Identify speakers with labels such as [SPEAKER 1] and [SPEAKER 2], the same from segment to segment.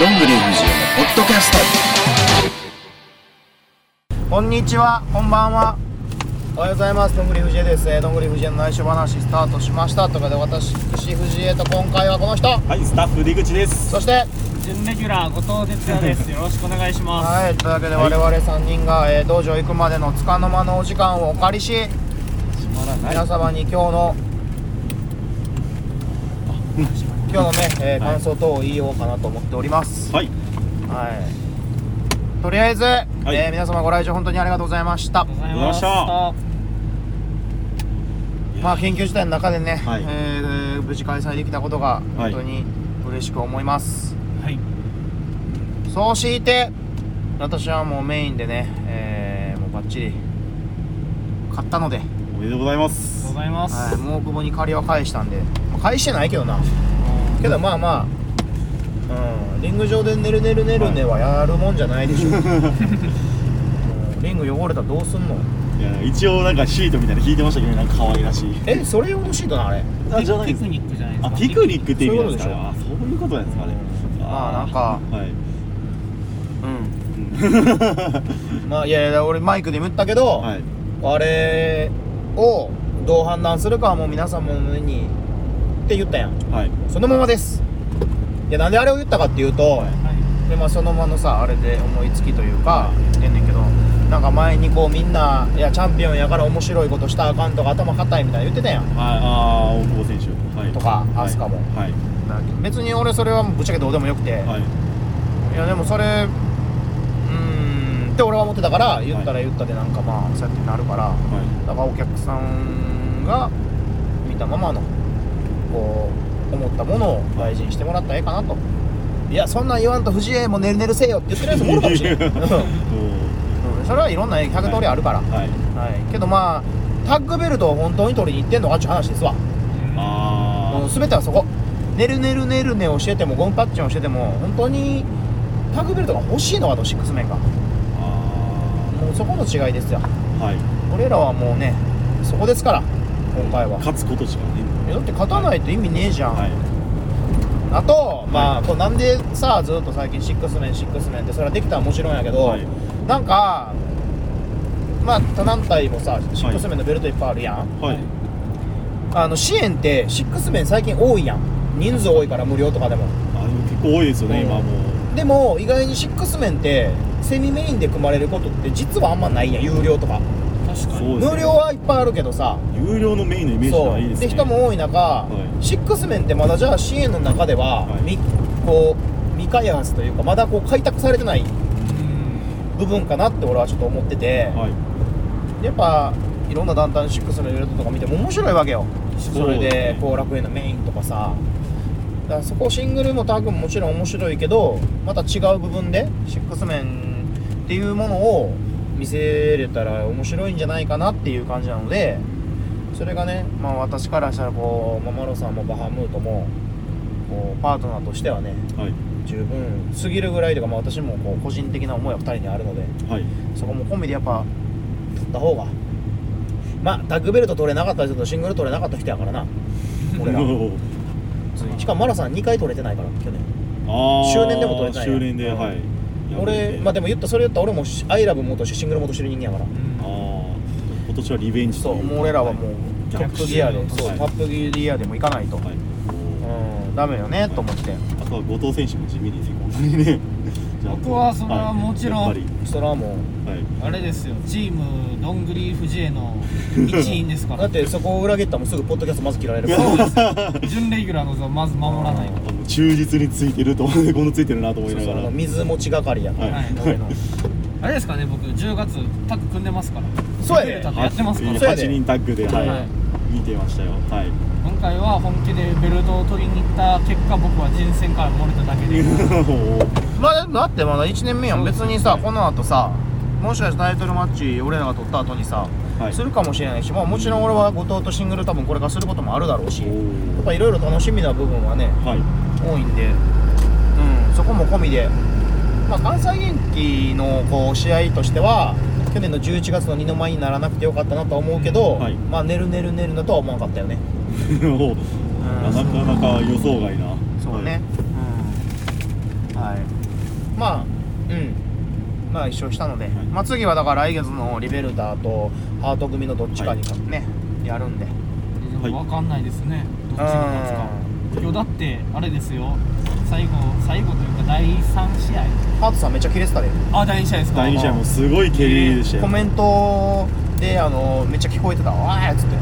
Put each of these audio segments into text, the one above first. [SPEAKER 1] どんぐり藤枝のポッドキャスト
[SPEAKER 2] こんにちは、こんばんは。おはようございます。どんぐり藤江です。えーどんぐり藤江の内緒話スタートしました。ということで、私、藤江と今回はこの人、
[SPEAKER 3] はい、スタッフ出口です。
[SPEAKER 2] そして、
[SPEAKER 4] 準レギュラー後藤哲也です。よろしくお願いします。
[SPEAKER 2] はい、というわけで
[SPEAKER 3] は
[SPEAKER 2] 我
[SPEAKER 3] い
[SPEAKER 2] 々3人が、えー道場行くまでのつかの間のお時間をお借りし、
[SPEAKER 3] 閉まらな
[SPEAKER 2] 皆様に今日の、今日のね、えー
[SPEAKER 3] はい
[SPEAKER 2] 感想等を言いようかなと思っております。
[SPEAKER 3] はい、
[SPEAKER 2] はい。とりあえず、えー皆様ご来場本当にありがとうございました。
[SPEAKER 4] あり
[SPEAKER 3] りがとうございました
[SPEAKER 2] まあ緊急事態の中でね、
[SPEAKER 3] はい
[SPEAKER 2] えー無事開催できたことが
[SPEAKER 3] は
[SPEAKER 2] 本
[SPEAKER 3] い
[SPEAKER 2] 当に嬉しく思います、
[SPEAKER 4] はい。
[SPEAKER 2] そう強いて私はもうメインでね、えーもうバッチリ買ったので、
[SPEAKER 3] おめでとうございま
[SPEAKER 4] ありがとう
[SPEAKER 3] す
[SPEAKER 4] ご。ざいます。
[SPEAKER 2] はい、もう久保に借りは返したんで返してないけどなけどまあまあ、うん、リング上で寝る寝る寝るねはやるもんじゃないで しょ、うんリング汚れたらどうすんの
[SPEAKER 3] いや、一応なんかシートみたいなの引いてましたけどね、なんか可愛らしい。
[SPEAKER 2] えそれ用のシートなあれ
[SPEAKER 3] あ、じゃない
[SPEAKER 4] テ
[SPEAKER 3] です
[SPEAKER 4] ク。ニックじゃないです
[SPEAKER 3] あ、
[SPEAKER 4] か。
[SPEAKER 3] ピクニックって意味なんです
[SPEAKER 2] そういう
[SPEAKER 3] か。あ、そういうことなんですかね。
[SPEAKER 2] まあなんか
[SPEAKER 3] ー。はい。
[SPEAKER 2] う
[SPEAKER 3] うん
[SPEAKER 2] んまあいやいや俺マイクでも言ったけど、
[SPEAKER 3] はい。
[SPEAKER 2] あれをどう判断するかはもう皆さんも胸にって言ったやん
[SPEAKER 3] はい。
[SPEAKER 2] そのままですいやなんであれを言ったかっていうと、
[SPEAKER 4] はい。
[SPEAKER 2] でまあ、そのままのさあれで思いつきというか言ってんねんけどなんか前にこうみんないやチャンピオンやから面白いことしたらあかんとか頭固いみたいな言ってたやん
[SPEAKER 3] はい、あー、大久保選手。はい。
[SPEAKER 2] とか
[SPEAKER 3] はい
[SPEAKER 2] アスカも
[SPEAKER 3] はい。
[SPEAKER 2] 別に俺それはもうぶっちゃけどうでもよくて、
[SPEAKER 3] はい。
[SPEAKER 2] い、やでもそれうーんって俺は思ってたから言ったら言ったでなんかまあそうやってなるから、
[SPEAKER 3] は
[SPEAKER 2] だからお客さんが見たままのこう思ったものを大事にしてもらったらええかなといやそんなん言わんと藤江もねるねるせえよって言ってるやつもおるかもしれんうん
[SPEAKER 3] い。お
[SPEAKER 2] それはいろんな100通りあるから、
[SPEAKER 3] ーはい。
[SPEAKER 2] はい、けどまあタッグベルトを本当に取りに行ってんのかっちゅう話ですわも
[SPEAKER 3] あ
[SPEAKER 2] う全てはそこねるねるねるねをしててもゴンパッチンをしてても本当にタッグベルトが欲しいのかとシックスメンがも
[SPEAKER 3] ー。あ
[SPEAKER 2] うそこの違いですよ
[SPEAKER 3] ー。はい。
[SPEAKER 2] 俺らはもうねそこですから今回は
[SPEAKER 3] 勝つことしかね。
[SPEAKER 2] えだって勝たないと意味ねえじゃん、
[SPEAKER 3] はい。
[SPEAKER 2] あとまあ、こうなんでさずっと最近シックスメンシックスメンってそれはできたらもちろんやけど、
[SPEAKER 3] はい
[SPEAKER 2] なんかまあ他団体もさシックスメンのベルトいっぱいあるやん、
[SPEAKER 3] はい。
[SPEAKER 2] あの支援ってシックスメン最近多いやん人数多いから無料とかでも
[SPEAKER 3] あ、でも結構多いですよね、
[SPEAKER 2] うん
[SPEAKER 3] 今もう。
[SPEAKER 2] でも意外にシックスメンってセミメインで組まれることって実はあんまないやん有料とか
[SPEAKER 4] 確かに。
[SPEAKER 3] そうですね
[SPEAKER 2] 無料はいっぱいあるけどさ
[SPEAKER 3] 有料のメインのイメージ
[SPEAKER 2] そ
[SPEAKER 3] がいいで
[SPEAKER 2] う
[SPEAKER 3] すね
[SPEAKER 2] 人も多い中、
[SPEAKER 3] い
[SPEAKER 2] シックスメンってまだじゃあ支援の中では、
[SPEAKER 3] はい
[SPEAKER 2] みこう未開発というかまだこう開拓されてない部分かなって俺はちょっと思ってて、
[SPEAKER 3] はい
[SPEAKER 2] やっぱいろんな団体のシックスのイベントとか見ても面白いわけよ
[SPEAKER 3] そ
[SPEAKER 2] そう
[SPEAKER 3] ですね
[SPEAKER 2] れで後楽園のメインとかさだからそこシングルもタッグももちろん面白いけどまた違う部分でシックスメンっていうものを見せれたら面白いんじゃないかなっていう感じなのでそれがね、まあ、私からしたらこうママロさんもバハムートもこうパートナーとしてはね
[SPEAKER 3] はい
[SPEAKER 2] 十分すぎるぐらいというか、まあ、私もこう個人的な思いは2人にあるので
[SPEAKER 3] はい
[SPEAKER 2] そこも込みでやっぱ取った方がまあタッグベルト取れなかった人とシングル取れなかった人やからな 俺ら
[SPEAKER 3] おー
[SPEAKER 2] しかもマラさん2回取れてないから去年
[SPEAKER 3] あー
[SPEAKER 2] 周年でも取れたんや
[SPEAKER 3] 周年ではい
[SPEAKER 2] 俺まあで
[SPEAKER 3] も
[SPEAKER 2] も言ったそれ言ったら俺もしアイラブ元しシングル元してる人間やから
[SPEAKER 3] ああ今年はリベンジ
[SPEAKER 2] そ
[SPEAKER 3] と
[SPEAKER 2] う
[SPEAKER 3] い
[SPEAKER 2] もう俺らはもう
[SPEAKER 3] い
[SPEAKER 2] トップギア
[SPEAKER 3] は
[SPEAKER 2] で
[SPEAKER 3] い
[SPEAKER 2] そう
[SPEAKER 3] はい
[SPEAKER 2] トップギアでも行かないと、
[SPEAKER 3] はい
[SPEAKER 2] うんダメよねと思って
[SPEAKER 3] あとは後藤選手も地味にね本当にね じゃあ
[SPEAKER 4] 僕はそれはいもちろん
[SPEAKER 3] やっぱり
[SPEAKER 2] それはも
[SPEAKER 3] はい
[SPEAKER 4] あれですよ。チームどんぐり藤江の一員ですか
[SPEAKER 2] うだ
[SPEAKER 4] ら
[SPEAKER 2] っ。てそこを裏切ったらもうすぐポッドキャストまず切られるか
[SPEAKER 4] そう
[SPEAKER 2] ら
[SPEAKER 4] ですよ。準レギュラーの座をまず守らないと。
[SPEAKER 3] あの忠実についてると このついてるなと思い
[SPEAKER 2] そう
[SPEAKER 3] な
[SPEAKER 2] そう
[SPEAKER 3] が
[SPEAKER 2] あ
[SPEAKER 3] ら
[SPEAKER 2] の水持ち係やから、
[SPEAKER 3] はい
[SPEAKER 2] 俺の
[SPEAKER 4] あれですかね。僕10月タッグ組んでますから。
[SPEAKER 2] そうや
[SPEAKER 4] レギュ
[SPEAKER 2] で
[SPEAKER 4] ラーやってますから。
[SPEAKER 2] そやで
[SPEAKER 3] 8人タッグではい、
[SPEAKER 4] はい
[SPEAKER 3] 見てましたよ はい
[SPEAKER 4] 今回は本気でベルトを取りに行った結果、僕は人選から漏れただけで。
[SPEAKER 3] おー
[SPEAKER 2] まあだってまだ1年目やん
[SPEAKER 4] そうで
[SPEAKER 2] 別
[SPEAKER 4] す
[SPEAKER 2] にさこの後さもしかしてタイトルマッチ俺らが取った後にさ、
[SPEAKER 3] はい
[SPEAKER 2] するかもしれないし、まあ、もちろん俺は後藤とシングル多分これからすることもあるだろうし
[SPEAKER 3] お
[SPEAKER 2] や
[SPEAKER 3] ー
[SPEAKER 2] っぱいろいろ楽しみな部分はね
[SPEAKER 3] はい
[SPEAKER 2] 多いんで、うん、そこも込みで、まあ、関西元気のこう試合としては去年の11月の二の舞にならなくてよかったなとは思うけど、
[SPEAKER 3] はい
[SPEAKER 2] まあ寝る寝る寝るのとは思わなかったよね
[SPEAKER 3] おーなかなか予想外な
[SPEAKER 2] そうね、
[SPEAKER 3] はい
[SPEAKER 2] うん、ははいまあうんまあ一生したので、
[SPEAKER 3] い
[SPEAKER 2] まあ次はだから来月のリベルダーとハート組のどっちかにね、やるんで
[SPEAKER 3] はい
[SPEAKER 4] 分かんないですねどっちが勝つか今日だってあれですよ最後最後というか第3試合
[SPEAKER 2] ハートさんめっちゃキレてたで
[SPEAKER 4] あ第2試合ですか
[SPEAKER 3] 第2試合もすごい蹴りでした
[SPEAKER 2] コ
[SPEAKER 3] よ、
[SPEAKER 2] メントであのめっちゃ聞こえてた「わーっつって、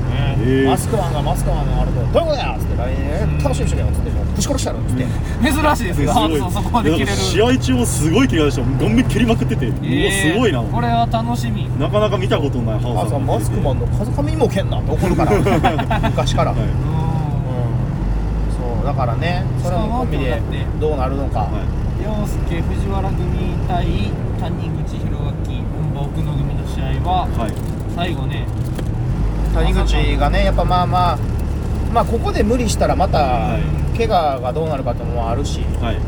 [SPEAKER 3] ー
[SPEAKER 2] マスクマンがマスクマンがあれで「どういうことや!」っつって「来年楽しみにしてよ」っつって「ぶち殺したろ」っつって、
[SPEAKER 4] 珍しいですよハー
[SPEAKER 3] い
[SPEAKER 4] ツさんそこまで切れ
[SPEAKER 3] い
[SPEAKER 4] る
[SPEAKER 3] や試合中もすごい怪我でしたもんゴンビ蹴りまくってて、うわ
[SPEAKER 4] えー
[SPEAKER 3] すごいな
[SPEAKER 4] これは楽しみ
[SPEAKER 3] なかなか見たことないハ
[SPEAKER 2] あ
[SPEAKER 3] ウ
[SPEAKER 2] の
[SPEAKER 3] さ
[SPEAKER 2] さ
[SPEAKER 3] ん
[SPEAKER 2] マスクマンの風上にも蹴んなって怒るから昔から、
[SPEAKER 3] はい
[SPEAKER 4] うん
[SPEAKER 2] うんそうだからねそれもコンビでどうなるの
[SPEAKER 3] は、
[SPEAKER 2] か、
[SPEAKER 4] 陽介藤原組対谷口弘明本場奥野組の試合はい
[SPEAKER 3] はい、
[SPEAKER 4] 最後ね
[SPEAKER 2] 谷口がねやっぱまあまあまあここで無理したらまた
[SPEAKER 3] は
[SPEAKER 2] 怪我がどうなるかってのもあるし、
[SPEAKER 3] はい
[SPEAKER 2] うん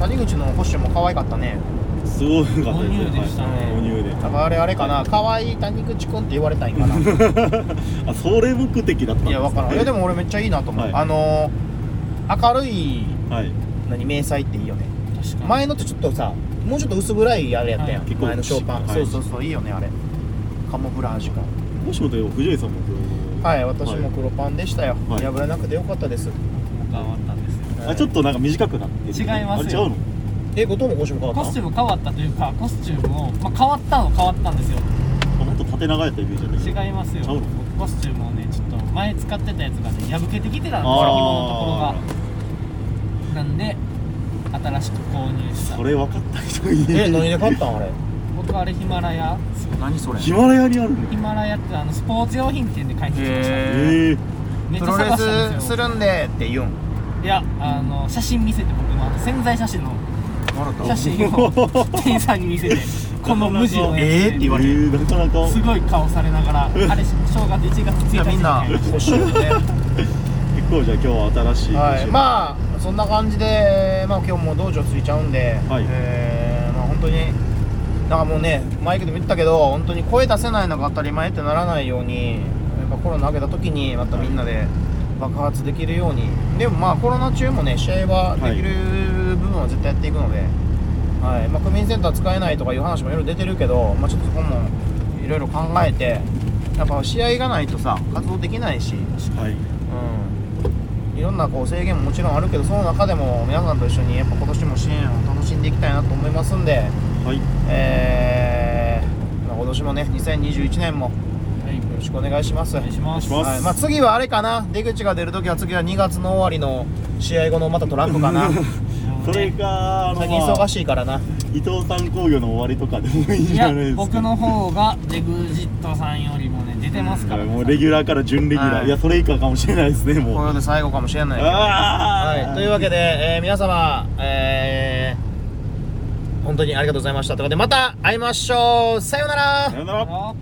[SPEAKER 2] 谷口の星も可愛かったね
[SPEAKER 3] すごいかったです
[SPEAKER 4] 母乳でした
[SPEAKER 2] ね
[SPEAKER 3] はい、母乳で
[SPEAKER 2] やっぱあれあれかな可愛い谷口くんって言われたいん かない
[SPEAKER 3] あそれ目的だったんですね
[SPEAKER 2] やわからんいやでも俺めっちゃいいなと思う、
[SPEAKER 3] はい
[SPEAKER 2] あのー明るい
[SPEAKER 3] はい
[SPEAKER 2] 何迷彩っていいよね
[SPEAKER 4] 確かに
[SPEAKER 2] 前のってちょっとさもうちょっと薄暗いあれやったやん、
[SPEAKER 4] はい
[SPEAKER 3] 結構
[SPEAKER 2] 前のショーパ
[SPEAKER 3] は
[SPEAKER 2] ン、
[SPEAKER 3] い
[SPEAKER 2] そうそうそういいよねあれカモフラージュが
[SPEAKER 3] もしもと藤井さんも
[SPEAKER 2] はい私も黒パンでしたよ、
[SPEAKER 3] はい
[SPEAKER 2] 破れなくてよかったです、
[SPEAKER 4] 変わったんですよ
[SPEAKER 2] はい
[SPEAKER 3] あちょっとなんか短くなってる
[SPEAKER 4] 違いますよ
[SPEAKER 3] あ違うの
[SPEAKER 2] え後藤も腰も変わ
[SPEAKER 4] コ
[SPEAKER 2] っ
[SPEAKER 4] ス
[SPEAKER 2] た
[SPEAKER 4] チューム変わったというかコスチュームを、まあ、変わったの変わったんですよ
[SPEAKER 3] あもっと縦長やったイメージだったけど
[SPEAKER 4] 違いますよ
[SPEAKER 3] ちゃうの
[SPEAKER 4] 僕コスチュームをねちょっと前使ってたやつがね破けてきてた
[SPEAKER 3] あ
[SPEAKER 4] んですよ紐のところがなんで新しく購入した
[SPEAKER 3] それ分かった人い
[SPEAKER 2] え何で買ったんあれ
[SPEAKER 4] 僕あれヒマラヤ
[SPEAKER 2] 何それ
[SPEAKER 3] ヒマラヤにあるの
[SPEAKER 4] ヒマラヤってあのスポーツ用品店で開発しました
[SPEAKER 2] へ
[SPEAKER 3] ええ
[SPEAKER 4] めっ
[SPEAKER 2] プ
[SPEAKER 4] ちゃ
[SPEAKER 2] ロレ
[SPEAKER 4] 探したんで
[SPEAKER 2] ス
[SPEAKER 4] す
[SPEAKER 2] す
[SPEAKER 4] よ
[SPEAKER 2] るんでって言うん
[SPEAKER 4] いやあの写真見せて僕のあの潜在写真の写真を店員さんに見せてこの無地を
[SPEAKER 2] えー
[SPEAKER 4] ね
[SPEAKER 2] って言われ
[SPEAKER 3] るなかなか
[SPEAKER 4] すごい顔されながらあれ正月1月1
[SPEAKER 2] い
[SPEAKER 4] 日
[SPEAKER 2] やみん な
[SPEAKER 4] に
[SPEAKER 2] 欲しいよね
[SPEAKER 3] 結構じゃあ今日は新しい
[SPEAKER 2] はい
[SPEAKER 3] あ
[SPEAKER 2] まあそんな感じで、まあ、今日も道場ついちゃうんで、
[SPEAKER 3] はい
[SPEAKER 2] えーまあ本当になんかもうねマイクでも言ったけど本当に声出せないのが当たり前ってならないようにやっぱコロナ明けた時にまたみんなで爆発できるようにでもまあコロナ中もね試合はできる部分は絶対やっていくので、はいまあ、区民センター使えないとかいう話もいろいろ出てるけど、まあ、ちょっとそこもいろいろ考えてやっぱ試合がないとさ活動できないし
[SPEAKER 3] はい
[SPEAKER 2] うん、いろんなこう制限ももちろんあるけどその中でも皆さんと一緒にやっぱ今年も支援を楽しんでいきたいなと思いますんで、
[SPEAKER 3] はい
[SPEAKER 2] えーまあ今年もね2021年もよ
[SPEAKER 4] はい
[SPEAKER 2] ろしくお願いします
[SPEAKER 4] お願いします
[SPEAKER 3] お願いし
[SPEAKER 2] はいまあ、次はあれかな出口が出るときは次は2月の終わりの試合後のまたトラックかな
[SPEAKER 3] それがあの、
[SPEAKER 2] 最
[SPEAKER 3] ま
[SPEAKER 2] 近忙
[SPEAKER 3] あ、
[SPEAKER 2] しいからな
[SPEAKER 3] 伊藤さん工業の終わりとかでもいいん
[SPEAKER 4] い
[SPEAKER 3] じゃ
[SPEAKER 4] や
[SPEAKER 3] ないですか
[SPEAKER 4] 僕の方がデグジットさんよりもね出てますから、
[SPEAKER 3] もうレギュラーから準レギュラー、
[SPEAKER 2] はい
[SPEAKER 3] い、やそれ以下かもしれないですねもう
[SPEAKER 2] これで最後かもしれないけど
[SPEAKER 3] あ
[SPEAKER 2] はい、というわけで、えー皆様、えー本当にありがとうございましたということでまた会いましょうさようなら
[SPEAKER 3] さよなら
[SPEAKER 4] あ